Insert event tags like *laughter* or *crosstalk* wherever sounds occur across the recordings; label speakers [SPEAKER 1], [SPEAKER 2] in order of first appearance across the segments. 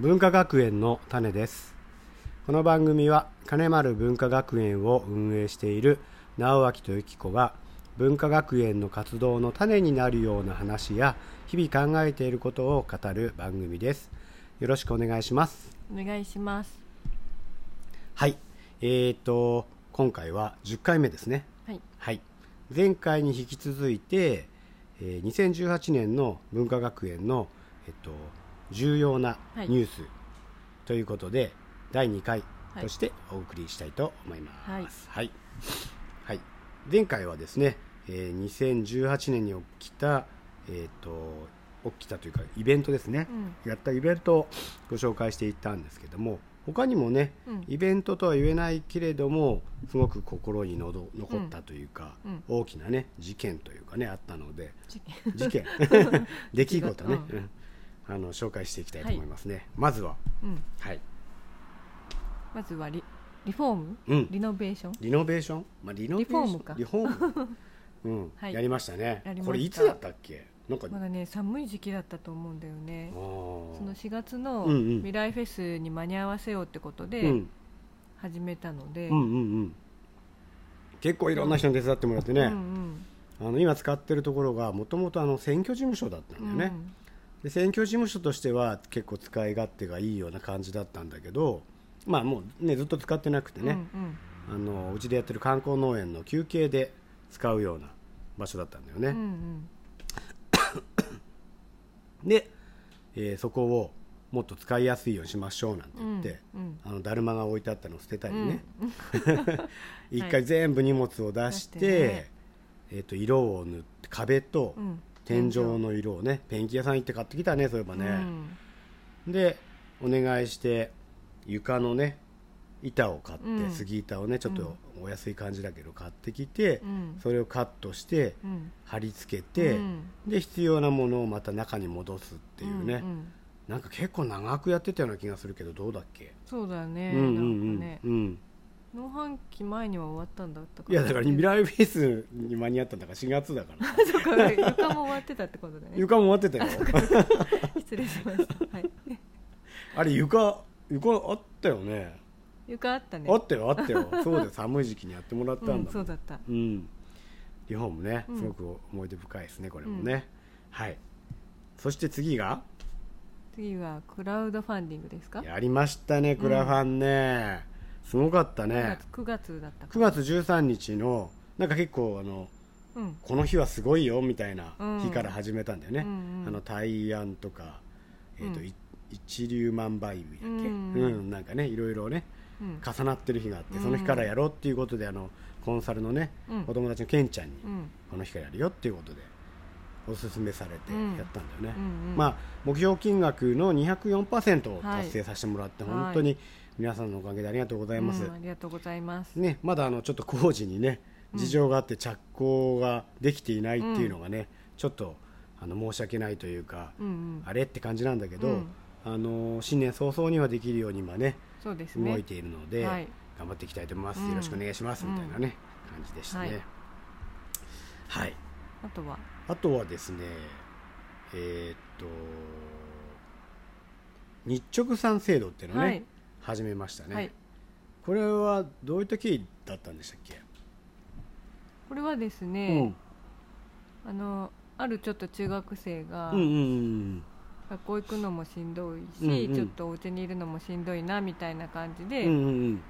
[SPEAKER 1] 文化学園の種ですこの番組は金丸文化学園を運営している直脇と由紀子が文化学園の活動の種になるような話や日々考えていることを語る番組ですよろしくお願いします
[SPEAKER 2] お願いします
[SPEAKER 1] はいえーと今回は10回目ですね
[SPEAKER 2] はい
[SPEAKER 1] はい、前回に引き続いて、えー2018年の文化学園の、えっと、重要な
[SPEAKER 2] はい
[SPEAKER 1] ニュースということで、第2回
[SPEAKER 2] はい
[SPEAKER 1] としてお送りしたいと思います。
[SPEAKER 2] はい
[SPEAKER 1] はいはい前回はですね、えー2018年に起きた、えっと起きたというかイベントですね、
[SPEAKER 2] うん
[SPEAKER 1] やったイベントをご紹介していったんですけども他にもね、
[SPEAKER 2] うん
[SPEAKER 1] イベントとは言えないけれどもすごく心にのど残ったというか、
[SPEAKER 2] うん
[SPEAKER 1] 大きなね事件というかねあったので
[SPEAKER 2] 事件
[SPEAKER 1] 事
[SPEAKER 2] *laughs*
[SPEAKER 1] 件出来事ね
[SPEAKER 2] 出来、事
[SPEAKER 1] うんあの紹介していきたいと思いますね、まずは、
[SPEAKER 2] うん
[SPEAKER 1] はい、
[SPEAKER 2] まずはリリフォーム、
[SPEAKER 1] うん
[SPEAKER 2] リノベーション
[SPEAKER 1] リノベーション、まあ、リノベーション
[SPEAKER 2] リフォームか
[SPEAKER 1] リフォーム
[SPEAKER 2] *laughs*
[SPEAKER 1] うん、
[SPEAKER 2] はい
[SPEAKER 1] やりましたね
[SPEAKER 2] やりました
[SPEAKER 1] これいつだったっけなんか、
[SPEAKER 2] まだね寒い時期だったと思うんだよ
[SPEAKER 1] あ
[SPEAKER 2] ね
[SPEAKER 1] ー
[SPEAKER 2] その4月の
[SPEAKER 1] うんうん
[SPEAKER 2] 未来フェスに間に合わせようってこと
[SPEAKER 1] う
[SPEAKER 2] で
[SPEAKER 1] ん
[SPEAKER 2] 始めたので、
[SPEAKER 1] うんうんうん結構いろんな人に手伝ってもらってね、
[SPEAKER 2] うんうん
[SPEAKER 1] あの今使ってるところがもともと選挙事務所だった
[SPEAKER 2] うんん
[SPEAKER 1] だよね、で選挙事務所としては結構使い勝手がいいような感じだったんだけどまあもうねずっと使ってなくて
[SPEAKER 2] うんう
[SPEAKER 1] ね、
[SPEAKER 2] ん
[SPEAKER 1] うあのうちでやってる観光農園の休憩で使うような場所だったんだよ
[SPEAKER 2] うんう
[SPEAKER 1] ね、
[SPEAKER 2] ん
[SPEAKER 1] で、えーそこをもっと使いやすいようにしましょうなんて
[SPEAKER 2] うん
[SPEAKER 1] 言って、
[SPEAKER 2] うん
[SPEAKER 1] あのだるまが置いてあったのを捨てたりね、
[SPEAKER 2] うん
[SPEAKER 1] 一回全部荷物を出して、
[SPEAKER 2] 出してね
[SPEAKER 1] えー、と色を塗って壁と
[SPEAKER 2] うん
[SPEAKER 1] 天井の色をねペンキ屋さん行って買ってきたねそういえば
[SPEAKER 2] う
[SPEAKER 1] ね、
[SPEAKER 2] ん
[SPEAKER 1] でお願いして床のね板を買って、
[SPEAKER 2] うん
[SPEAKER 1] 杉板をねちょっとお安い感じだけど買ってきて、
[SPEAKER 2] うん
[SPEAKER 1] それをカットして
[SPEAKER 2] うん
[SPEAKER 1] 貼り付けて、
[SPEAKER 2] うん
[SPEAKER 1] で必要なものをまた中に戻すっていうね、
[SPEAKER 2] んん
[SPEAKER 1] なんか結構長くやってたような気がするけどどうだっけ、
[SPEAKER 2] そうだね、
[SPEAKER 1] うん
[SPEAKER 2] なんかね
[SPEAKER 1] うんうん、
[SPEAKER 2] 農繁期前には終わったんだった
[SPEAKER 1] いやだから未来フェスに間に合ったんだから4月だから
[SPEAKER 2] *laughs* そうか床も終わってたってことだね
[SPEAKER 1] 床も終わってた
[SPEAKER 2] *laughs*
[SPEAKER 1] よ
[SPEAKER 2] 失礼しました、はい、 *laughs*
[SPEAKER 1] あれ床床あったよね
[SPEAKER 2] 床あったね
[SPEAKER 1] あったよあったよそうだよ寒い時期にやってもらったんだもん、
[SPEAKER 2] うん、そうだった
[SPEAKER 1] うんリフォームね
[SPEAKER 2] うん
[SPEAKER 1] すごく思い出深いですね、これもね、はいそして次が
[SPEAKER 2] 次はクラウドファンディングですか
[SPEAKER 1] やりましたねクラファンね、すごかったね
[SPEAKER 2] 9月だったか
[SPEAKER 1] 9月13日のなんか結構あの
[SPEAKER 2] うん
[SPEAKER 1] この日はすごいよみたいな
[SPEAKER 2] うん
[SPEAKER 1] 日から始めたんだよね、
[SPEAKER 2] うんうん
[SPEAKER 1] あの大安とか、えーと
[SPEAKER 2] うん
[SPEAKER 1] い一粒万倍日だっけ、う
[SPEAKER 2] うんん
[SPEAKER 1] なんかねいろいろね
[SPEAKER 2] うん
[SPEAKER 1] 重なってる日があって、
[SPEAKER 2] うん
[SPEAKER 1] その日からやろうっていうことであのコンサルのね、
[SPEAKER 2] うん
[SPEAKER 1] お友達のケンちゃんに、
[SPEAKER 2] うん
[SPEAKER 1] この日からやるよっていうことでおすすめされて
[SPEAKER 2] うん
[SPEAKER 1] やったんだよね、
[SPEAKER 2] うんうん
[SPEAKER 1] まあ、目標金額の204%を
[SPEAKER 2] はい
[SPEAKER 1] 達成させてもらって、
[SPEAKER 2] はい
[SPEAKER 1] 本当に皆さんのおかげでありがとうございます、
[SPEAKER 2] うんありがとうございます
[SPEAKER 1] ね、まだあのちょっと工事にね
[SPEAKER 2] うん
[SPEAKER 1] 事情があって着工ができていないっていうのがね、ちょっとあの申し訳ないというか、
[SPEAKER 2] うんうん
[SPEAKER 1] あれって感じなんだけど、
[SPEAKER 2] うん
[SPEAKER 1] あの新年早々にはできるように今ね
[SPEAKER 2] そうですね
[SPEAKER 1] 動いているので、
[SPEAKER 2] はい
[SPEAKER 1] 頑張っていきたいと思います、
[SPEAKER 2] うん
[SPEAKER 1] よろしくお願いしますみたいなね、感じでしたね
[SPEAKER 2] は
[SPEAKER 1] は
[SPEAKER 2] い
[SPEAKER 1] い、
[SPEAKER 2] あとは
[SPEAKER 1] あとはですねえーっと日直さん制度っていうのね、
[SPEAKER 2] はい
[SPEAKER 1] 始めましたね、
[SPEAKER 2] はい
[SPEAKER 1] これはどういった経緯だったんでしたっけ、
[SPEAKER 2] これはですねあのあるちょっと中学生が
[SPEAKER 1] うんうんうん
[SPEAKER 2] 学校行くのもしんどい
[SPEAKER 1] うん
[SPEAKER 2] し
[SPEAKER 1] うん
[SPEAKER 2] ちょっとお家にいるのもしんどいなみたいな感じ
[SPEAKER 1] うんうんう
[SPEAKER 2] で
[SPEAKER 1] んうん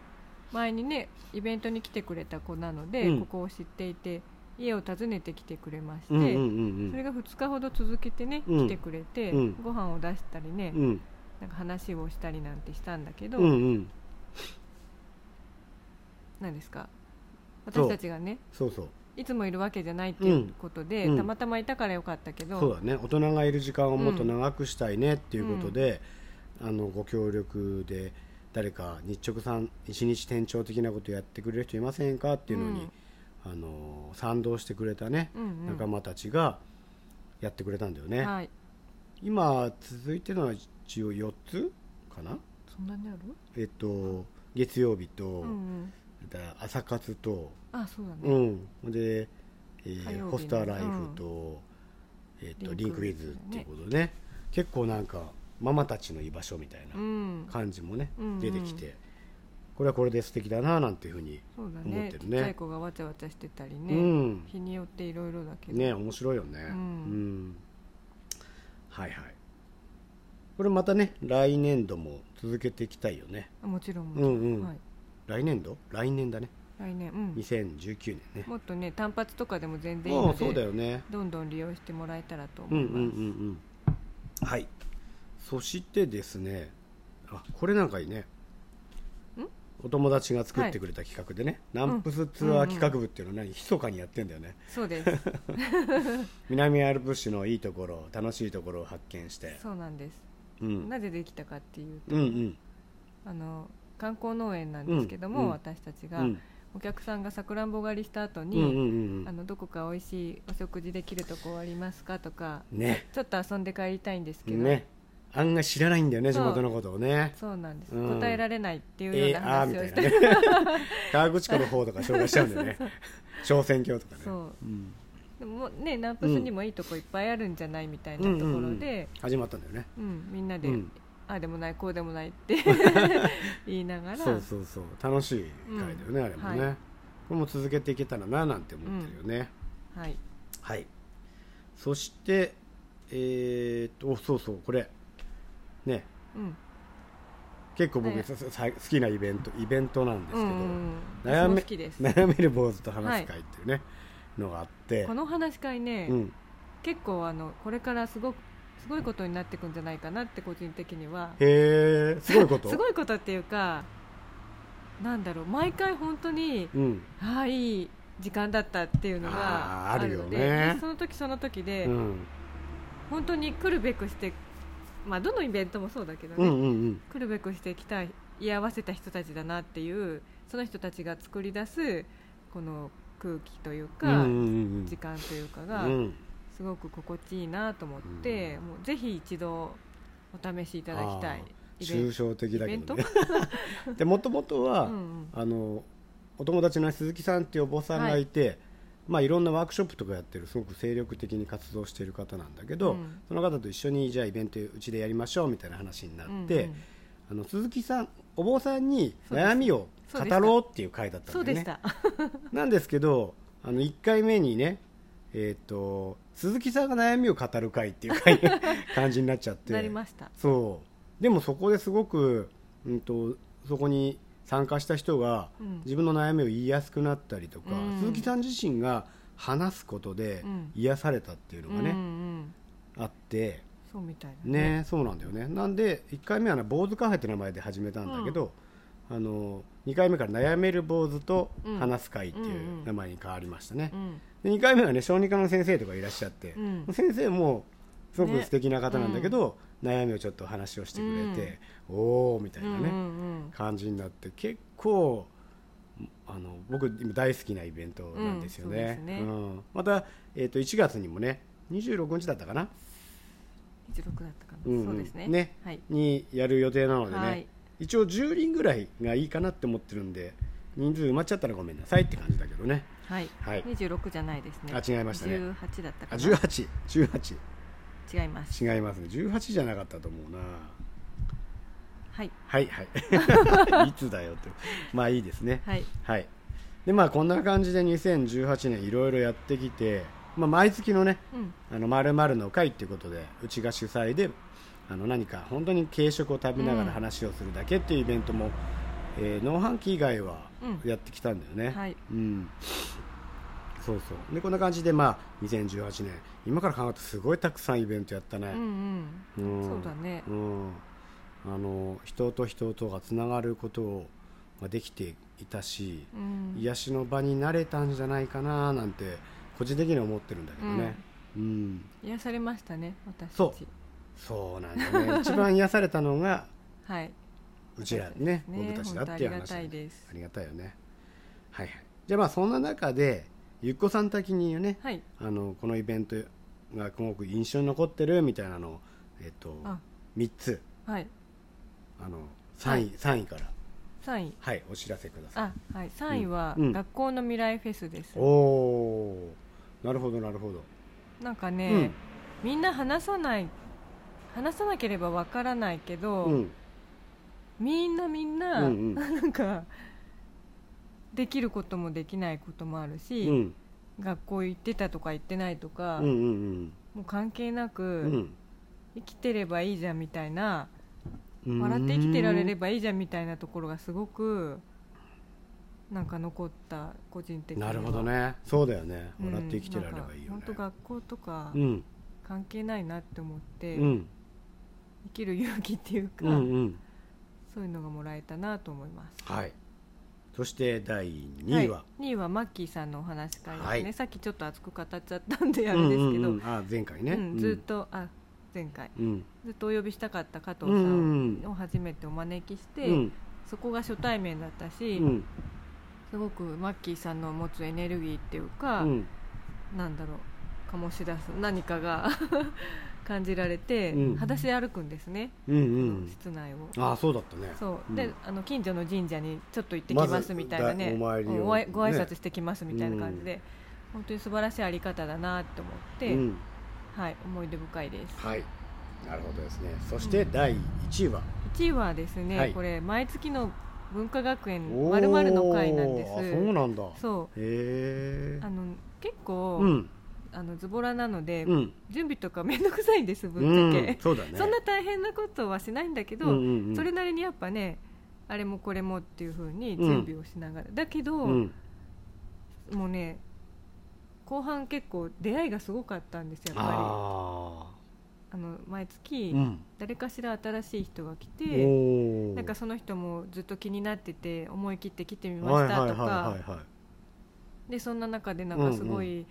[SPEAKER 2] 前にねイベントに来てくれた子なの
[SPEAKER 1] う
[SPEAKER 2] で
[SPEAKER 1] ん
[SPEAKER 2] ここを知っていて家を訪ねてきてくれまし
[SPEAKER 1] うんうん
[SPEAKER 2] て
[SPEAKER 1] うん
[SPEAKER 2] それが2日ほど続けてね、
[SPEAKER 1] うん
[SPEAKER 2] 来てくれて、
[SPEAKER 1] うん
[SPEAKER 2] ご飯を出したりね、
[SPEAKER 1] うん
[SPEAKER 2] なんか話をしたりなんてしたんだけど、
[SPEAKER 1] うんうん
[SPEAKER 2] なんですか
[SPEAKER 1] そう
[SPEAKER 2] 私たちがね
[SPEAKER 1] そうそう
[SPEAKER 2] いつもいるわけじゃないっていうことで、
[SPEAKER 1] うん
[SPEAKER 2] たまたまいたからよかったけど、
[SPEAKER 1] そうだね大人がいる時間をもっと長くしたいねっていうことで、あのご協力で誰か日直さん一日店長的なことやってくれる人いませんかっていうのに、あの賛同してくれたね、
[SPEAKER 2] うんうん
[SPEAKER 1] 仲間たちがやってくれたんだよね、
[SPEAKER 2] はい
[SPEAKER 1] 今続いてるのは一応4つかな
[SPEAKER 2] そんなにある、
[SPEAKER 1] えっと月曜日と、
[SPEAKER 2] うんうん、
[SPEAKER 1] だから朝活と
[SPEAKER 2] あそうだね、
[SPEAKER 1] うん、で、えー
[SPEAKER 2] 火曜日の
[SPEAKER 1] ホスターライフと,、えーとリ
[SPEAKER 2] リ
[SPEAKER 1] ン
[SPEAKER 2] ン
[SPEAKER 1] ク
[SPEAKER 2] ク
[SPEAKER 1] ウ
[SPEAKER 2] ウ
[SPEAKER 1] ィ
[SPEAKER 2] ィ
[SPEAKER 1] ズ
[SPEAKER 2] ズ
[SPEAKER 1] っていうことでね結構なんかママたちの居場所みたい
[SPEAKER 2] うん、う、
[SPEAKER 1] なん感じもね、
[SPEAKER 2] うんうん
[SPEAKER 1] 出てきてこれはこれで素敵だななんていうふうに、
[SPEAKER 2] そうだ
[SPEAKER 1] 思っ
[SPEAKER 2] ね
[SPEAKER 1] てる
[SPEAKER 2] ち
[SPEAKER 1] ね
[SPEAKER 2] っちゃい子がわちゃわちゃしてたりね、
[SPEAKER 1] うん
[SPEAKER 2] 日によっていろいろだけど、
[SPEAKER 1] ね面白いよねう
[SPEAKER 2] うん
[SPEAKER 1] んはいはいこれまたね来年度も続けていきたいよね
[SPEAKER 2] あもちろんもちろん、
[SPEAKER 1] うんうん
[SPEAKER 2] はい、
[SPEAKER 1] 来年度来年だね
[SPEAKER 2] 来年、うん、
[SPEAKER 1] 2019年ね
[SPEAKER 2] もっとね単発とかでも全然いい
[SPEAKER 1] も
[SPEAKER 2] の
[SPEAKER 1] うそうだ
[SPEAKER 2] で
[SPEAKER 1] よね
[SPEAKER 2] どんどん利用してもらえたらと
[SPEAKER 1] うんう
[SPEAKER 2] 思い
[SPEAKER 1] ん
[SPEAKER 2] ます、
[SPEAKER 1] うんうんはいそしてですねあこれなんかいいねお友達が作ってくれた企画でね、ナンプスツアー企画部っていうのを何、密かにやってんだよね
[SPEAKER 2] そうです
[SPEAKER 1] *laughs* 南アルプス市のいいところ楽しいところを発見して
[SPEAKER 2] そうなんです、
[SPEAKER 1] うん
[SPEAKER 2] なぜできたかっていうと、
[SPEAKER 1] うんうん
[SPEAKER 2] あの観光農園なんですけども、
[SPEAKER 1] うんうん
[SPEAKER 2] 私たち
[SPEAKER 1] う
[SPEAKER 2] が、
[SPEAKER 1] ん
[SPEAKER 2] お客さんがさくらんぼ狩りした後
[SPEAKER 1] うんうん
[SPEAKER 2] に、
[SPEAKER 1] うん
[SPEAKER 2] あのどこか美味しいお食事できるとこありますかとか
[SPEAKER 1] ね
[SPEAKER 2] ちょっと遊んで帰りたいんですけど、
[SPEAKER 1] ね案外知らないんだよね地
[SPEAKER 2] そう
[SPEAKER 1] 元のことをね
[SPEAKER 2] そうなんです、
[SPEAKER 1] うん
[SPEAKER 2] 答えられないっていうよう
[SPEAKER 1] え
[SPEAKER 2] な
[SPEAKER 1] ー、あーみ
[SPEAKER 2] 話
[SPEAKER 1] た
[SPEAKER 2] を
[SPEAKER 1] い
[SPEAKER 2] し
[SPEAKER 1] な
[SPEAKER 2] た、
[SPEAKER 1] ね河口湖の方とか紹介しちゃうんだよね朝鮮郷とかね
[SPEAKER 2] そう
[SPEAKER 1] うん
[SPEAKER 2] でもねナンプスにもいいとこいっぱいあるんじゃないみたいなところで、
[SPEAKER 1] 始まったんだよね
[SPEAKER 2] うんみんなで、
[SPEAKER 1] うん
[SPEAKER 2] ああでもないこうでもないって
[SPEAKER 1] *laughs*
[SPEAKER 2] 言いながら
[SPEAKER 1] そうそうそう楽しい回だよね、
[SPEAKER 2] うん
[SPEAKER 1] あれもね、
[SPEAKER 2] はい
[SPEAKER 1] これも続けていけたらななんて思ってるよね、
[SPEAKER 2] はい、
[SPEAKER 1] はいそしてえー、っとおそうそうこれね
[SPEAKER 2] うん、
[SPEAKER 1] 結構僕、
[SPEAKER 2] はい
[SPEAKER 1] ささ好きなイベントイベントなんですけど、
[SPEAKER 2] うんうんうん、私
[SPEAKER 1] 悩
[SPEAKER 2] も
[SPEAKER 1] め
[SPEAKER 2] 好きです
[SPEAKER 1] 悩める坊主と話す会っていうね、のがあって
[SPEAKER 2] この話し会ね、
[SPEAKER 1] うん、
[SPEAKER 2] 結構あのこれからすごくすごいことになっていくんじゃないかなって個人的には
[SPEAKER 1] へえすごいこと
[SPEAKER 2] *laughs* すごいことっていうかなんだろう毎回本当に
[SPEAKER 1] うん
[SPEAKER 2] ああいい時間だったっていうの
[SPEAKER 1] あー
[SPEAKER 2] が
[SPEAKER 1] あ
[SPEAKER 2] あ
[SPEAKER 1] る
[SPEAKER 2] る
[SPEAKER 1] よ
[SPEAKER 2] の
[SPEAKER 1] ね
[SPEAKER 2] ででその時その時で、
[SPEAKER 1] うん
[SPEAKER 2] 本当に来るべくして、まあ、どのイベントもそうだけど
[SPEAKER 1] う
[SPEAKER 2] ね、
[SPEAKER 1] んうんうん
[SPEAKER 2] 来るべくしてきた居合わせた人たちだなっていうその人たちが作り出すこの空気という
[SPEAKER 1] う
[SPEAKER 2] か、
[SPEAKER 1] んうんうん
[SPEAKER 2] 時間というかが、
[SPEAKER 1] うん
[SPEAKER 2] すごく心地いいなと思って、もうぜひ一度お試しいただきたい
[SPEAKER 1] あ
[SPEAKER 2] イベン
[SPEAKER 1] 抽
[SPEAKER 2] ト
[SPEAKER 1] 象的だけ
[SPEAKER 2] イベン
[SPEAKER 1] ど
[SPEAKER 2] ト
[SPEAKER 1] ね *laughs* でもともとは、
[SPEAKER 2] うんうん
[SPEAKER 1] あのお友達の鈴木さんっていうお坊さんがいて、いまあ、いろんなワークショップとかやってるすごく精力的に活動している方なんだけど、
[SPEAKER 2] うん
[SPEAKER 1] その方と一緒にじゃあイベントうちでやりましょうみたいな話になって、
[SPEAKER 2] うんうん
[SPEAKER 1] あの鈴木さんお坊さんに
[SPEAKER 2] そうです
[SPEAKER 1] 悩みを
[SPEAKER 2] そうで
[SPEAKER 1] 語
[SPEAKER 2] した
[SPEAKER 1] ろうっていう回だった
[SPEAKER 2] そ
[SPEAKER 1] ん
[SPEAKER 2] う
[SPEAKER 1] だ
[SPEAKER 2] で
[SPEAKER 1] よ
[SPEAKER 2] し
[SPEAKER 1] ね
[SPEAKER 2] た、
[SPEAKER 1] なんですけどあの1回目にね、えー、と鈴木さんが悩みを語る回っていう
[SPEAKER 2] *laughs*
[SPEAKER 1] 回感じになっちゃって
[SPEAKER 2] なりました
[SPEAKER 1] そうでもそこですごく、うん、とそこに参加した人が
[SPEAKER 2] うん
[SPEAKER 1] 自分の悩みを言いやすくなったりとか、
[SPEAKER 2] うん
[SPEAKER 1] 鈴木さん自身が話すことで
[SPEAKER 2] うん
[SPEAKER 1] 癒されたっていうのが
[SPEAKER 2] うんう
[SPEAKER 1] ね、
[SPEAKER 2] ん、
[SPEAKER 1] あって
[SPEAKER 2] そうみたいな
[SPEAKER 1] ね、そうなんだよねなんで1回目はな坊主カフェって名前で始めたんだけど、あの2回目から悩める坊主と話す会っていう名前に変わりましたね、
[SPEAKER 2] うん
[SPEAKER 1] で2回目はね小児科の先生とかいらっしゃって、
[SPEAKER 2] うん
[SPEAKER 1] 先生もすごく素敵な方なんだけど、悩みをちょっと話をしてくれて、おおみたいなね、
[SPEAKER 2] うんうん
[SPEAKER 1] 感じになって結構あの僕今大好きなイベントなんですよ
[SPEAKER 2] うん
[SPEAKER 1] ね,、
[SPEAKER 2] そうですね
[SPEAKER 1] んまた、えー、と1月にもね26日だったかな
[SPEAKER 2] うん、16だったかな、
[SPEAKER 1] うんうん
[SPEAKER 2] そうですね
[SPEAKER 1] ね
[SPEAKER 2] はい、
[SPEAKER 1] にやる予定なのでね、
[SPEAKER 2] はい
[SPEAKER 1] 一応10人ぐらいがいいかなって思ってるんで人数埋まっちゃったらごめんなさいって感じだけどね
[SPEAKER 2] はい
[SPEAKER 1] はい
[SPEAKER 2] 26じゃないですね
[SPEAKER 1] あ違いましたね
[SPEAKER 2] 18だった
[SPEAKER 1] あ
[SPEAKER 2] かな
[SPEAKER 1] 18 18
[SPEAKER 2] 違います
[SPEAKER 1] 違いますね18じゃなかったと思うな
[SPEAKER 2] はい
[SPEAKER 1] はいはい *laughs* いつだよってまあいいですね
[SPEAKER 2] はい
[SPEAKER 1] はいでまあこんな感じで2018年いろいろやってきて、まあ、毎月のね
[SPEAKER 2] うん
[SPEAKER 1] 「あのまるの会」っていうことでうちが主催であの何か本当に軽食を食べなが
[SPEAKER 2] うん
[SPEAKER 1] ら話をするだけっていうイベントも、えー農飯器以外は
[SPEAKER 2] うん
[SPEAKER 1] やってきたんだよね、
[SPEAKER 2] はい
[SPEAKER 1] うん、そうそうでこんな感じで、まあ、2018年今から考えるとすごいたくさんイベントやったね、
[SPEAKER 2] うん
[SPEAKER 1] う
[SPEAKER 2] うん
[SPEAKER 1] ん
[SPEAKER 2] そうだね
[SPEAKER 1] うん、あの人と人とがつながることができていたし、
[SPEAKER 2] うん
[SPEAKER 1] 癒しの場になれたんじゃないかななんて個人的には思ってるんだけどね、うん
[SPEAKER 2] 癒されましたね私たち
[SPEAKER 1] そうそうなんだね
[SPEAKER 2] *laughs*
[SPEAKER 1] 一番癒されたのが
[SPEAKER 2] はいう
[SPEAKER 1] ちらね
[SPEAKER 2] そう
[SPEAKER 1] 僕た
[SPEAKER 2] です
[SPEAKER 1] ち
[SPEAKER 2] ね
[SPEAKER 1] だっていう
[SPEAKER 2] 本
[SPEAKER 1] 話
[SPEAKER 2] 当ありがたい
[SPEAKER 1] ね
[SPEAKER 2] です
[SPEAKER 1] ありがたいよねはいはいじゃあまあそんな中でゆっこさん的にね
[SPEAKER 2] はい
[SPEAKER 1] あのこのイベントがすごく印象に残ってるみたいなのを、えっと、
[SPEAKER 2] あ
[SPEAKER 1] 3つ
[SPEAKER 2] はい
[SPEAKER 1] あの3位,、
[SPEAKER 2] はい
[SPEAKER 1] 3位から
[SPEAKER 2] 3位
[SPEAKER 1] はい、お知らせください。
[SPEAKER 2] あはい3位は
[SPEAKER 1] うん
[SPEAKER 2] 学校の未来フェスです、
[SPEAKER 1] おおー、なるほどなるほど。
[SPEAKER 2] なんか
[SPEAKER 1] う
[SPEAKER 2] ね、
[SPEAKER 1] ん
[SPEAKER 2] みんな話さない話さなければわからないけど、
[SPEAKER 1] うん
[SPEAKER 2] みんなみんな、
[SPEAKER 1] うんうん
[SPEAKER 2] なんかできることもできないこともある
[SPEAKER 1] う
[SPEAKER 2] し、
[SPEAKER 1] ん
[SPEAKER 2] 学校行ってたとか行ってないとか、
[SPEAKER 1] うんうん
[SPEAKER 2] もう関係なく、
[SPEAKER 1] うん
[SPEAKER 2] 生きてればいいじゃんみたいな
[SPEAKER 1] うん
[SPEAKER 2] 笑って生きてられればいいじゃんみたいなところがすごくなんか残った個人的には
[SPEAKER 1] なるほどねそうだよね
[SPEAKER 2] うん
[SPEAKER 1] 笑って生きてられればいいよ
[SPEAKER 2] なん
[SPEAKER 1] ね
[SPEAKER 2] か本当学校とか
[SPEAKER 1] うん
[SPEAKER 2] 関係ないなって思って、
[SPEAKER 1] うん
[SPEAKER 2] 生きる勇気っていう
[SPEAKER 1] う
[SPEAKER 2] か、
[SPEAKER 1] んうん
[SPEAKER 2] そういうのがもらえたなと思います
[SPEAKER 1] はいそして第2位は
[SPEAKER 2] 2位はマッキーさんのお話会ですね、
[SPEAKER 1] はい
[SPEAKER 2] さっきちょっと熱く語っちゃったんであ
[SPEAKER 1] う
[SPEAKER 2] れ
[SPEAKER 1] ん
[SPEAKER 2] ですけど、
[SPEAKER 1] うんうんあ前回ね
[SPEAKER 2] うんずっとあ前回
[SPEAKER 1] うん
[SPEAKER 2] ずっとお呼びしたかった加藤さ
[SPEAKER 1] うん
[SPEAKER 2] ん
[SPEAKER 1] う
[SPEAKER 2] を初めてお招きし
[SPEAKER 1] う
[SPEAKER 2] て、
[SPEAKER 1] ん
[SPEAKER 2] そこが初対面だったし、
[SPEAKER 1] うん
[SPEAKER 2] すごくマッキーさんの持つエネルギーっていう
[SPEAKER 1] う
[SPEAKER 2] か、
[SPEAKER 1] ん
[SPEAKER 2] なんだろう醸し出す何かが *laughs* 感じられて、
[SPEAKER 1] うん
[SPEAKER 2] 裸足で歩くんですね、
[SPEAKER 1] うんうん
[SPEAKER 2] 室内を
[SPEAKER 1] ああそうだったね
[SPEAKER 2] そう、
[SPEAKER 1] うん
[SPEAKER 2] であの近所の神社にちょっと行ってきますみたいなね、
[SPEAKER 1] まずだお参りを
[SPEAKER 2] ごあ
[SPEAKER 1] ね
[SPEAKER 2] ご挨拶してきますみたいな感じで、本当に素晴らしいあり方だなと思って、
[SPEAKER 1] うん
[SPEAKER 2] はい、思い出深いです
[SPEAKER 1] はいなるほどですねそして第1位は
[SPEAKER 2] 1位はですね、
[SPEAKER 1] はい
[SPEAKER 2] これ毎月の文化学園
[SPEAKER 1] お
[SPEAKER 2] ま
[SPEAKER 1] ー
[SPEAKER 2] るまるの会なんです
[SPEAKER 1] あそうなんだ
[SPEAKER 2] そ
[SPEAKER 1] へえ
[SPEAKER 2] うあの結構、
[SPEAKER 1] うん
[SPEAKER 2] あのズボラなので、
[SPEAKER 1] うん
[SPEAKER 2] 準備とか面倒くさいんですぶ
[SPEAKER 1] う
[SPEAKER 2] っちゃ
[SPEAKER 1] ん
[SPEAKER 2] け、
[SPEAKER 1] そうだね
[SPEAKER 2] そんな大変なことはしないんだけど、
[SPEAKER 1] うんうんうん
[SPEAKER 2] それなりにやっぱねあれもこれもっていうふうに準備をしながら、だけど、
[SPEAKER 1] うん
[SPEAKER 2] もうね後半結構出会いがすごかったんですよやっぱりあ
[SPEAKER 1] あ
[SPEAKER 2] の毎
[SPEAKER 1] あ
[SPEAKER 2] 月、
[SPEAKER 1] うん
[SPEAKER 2] 誰かしら新しい人が来て
[SPEAKER 1] おお
[SPEAKER 2] なんかその人もずっと気になってて思い切って来てみま
[SPEAKER 1] はい
[SPEAKER 2] し
[SPEAKER 1] はいは
[SPEAKER 2] た
[SPEAKER 1] い
[SPEAKER 2] とか
[SPEAKER 1] はいは
[SPEAKER 2] でそんな中でなんかすごい、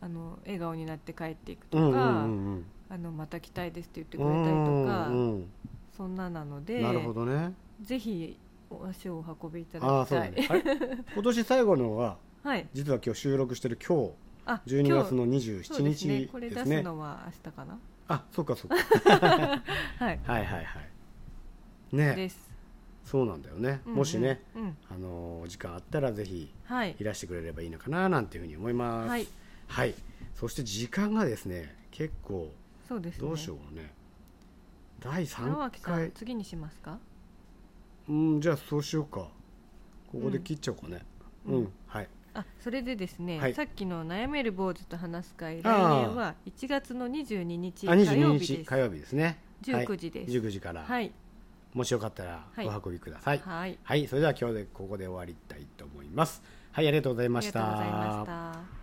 [SPEAKER 2] あの笑顔になって帰っていくと
[SPEAKER 1] い
[SPEAKER 2] か、
[SPEAKER 1] うんうんうんうん
[SPEAKER 2] あのまた来たいですって言ってくれたり
[SPEAKER 1] う
[SPEAKER 2] とか、
[SPEAKER 1] んうん
[SPEAKER 2] そんななので
[SPEAKER 1] なるほどね
[SPEAKER 2] ぜひお足をお運びいた
[SPEAKER 1] ああ
[SPEAKER 2] だき
[SPEAKER 1] そう
[SPEAKER 2] た
[SPEAKER 1] だ
[SPEAKER 2] い、
[SPEAKER 1] ねあれ
[SPEAKER 2] *laughs*
[SPEAKER 1] 今年最後のは
[SPEAKER 2] はい
[SPEAKER 1] 実は今日収録してる今
[SPEAKER 2] あ
[SPEAKER 1] 日12月の
[SPEAKER 2] 今日
[SPEAKER 1] 27
[SPEAKER 2] そうです
[SPEAKER 1] 日
[SPEAKER 2] ねこれ
[SPEAKER 1] で
[SPEAKER 2] 出
[SPEAKER 1] す
[SPEAKER 2] す
[SPEAKER 1] ね
[SPEAKER 2] のは明日かな
[SPEAKER 1] あそうかそうか
[SPEAKER 2] はい、
[SPEAKER 1] はいはいはいね
[SPEAKER 2] です、
[SPEAKER 1] そうなんだよね
[SPEAKER 2] うんうん
[SPEAKER 1] もしね
[SPEAKER 2] うん
[SPEAKER 1] あのー時間あったらぜひ
[SPEAKER 2] はい
[SPEAKER 1] いらしてくれればいいのかななんていうふうに思います
[SPEAKER 2] はい
[SPEAKER 1] はいそして時間がですね結構
[SPEAKER 2] そうですね
[SPEAKER 1] どうしようね第
[SPEAKER 2] 直
[SPEAKER 1] 3
[SPEAKER 2] 脇さん
[SPEAKER 1] 回
[SPEAKER 2] 次にしますか
[SPEAKER 1] うんじゃあそうしようかここで切っちゃおうかね
[SPEAKER 2] うん
[SPEAKER 1] うんはい
[SPEAKER 2] あそれでですね、
[SPEAKER 1] はい
[SPEAKER 2] さっきの悩める坊主と話す会来
[SPEAKER 1] あー
[SPEAKER 2] 年は1月の22日
[SPEAKER 1] あ
[SPEAKER 2] 火曜
[SPEAKER 1] 22
[SPEAKER 2] 日
[SPEAKER 1] 日
[SPEAKER 2] です
[SPEAKER 1] 火曜日ですねはい
[SPEAKER 2] 19時です
[SPEAKER 1] 19時から、
[SPEAKER 2] はい
[SPEAKER 1] もしよかったら
[SPEAKER 2] はい
[SPEAKER 1] お運びください、はい
[SPEAKER 2] はい、
[SPEAKER 1] それでは今日でここで終わりたいと思いますはいありがとうござい
[SPEAKER 2] あ
[SPEAKER 1] ま
[SPEAKER 2] り
[SPEAKER 1] し
[SPEAKER 2] がとうございま
[SPEAKER 1] た
[SPEAKER 2] した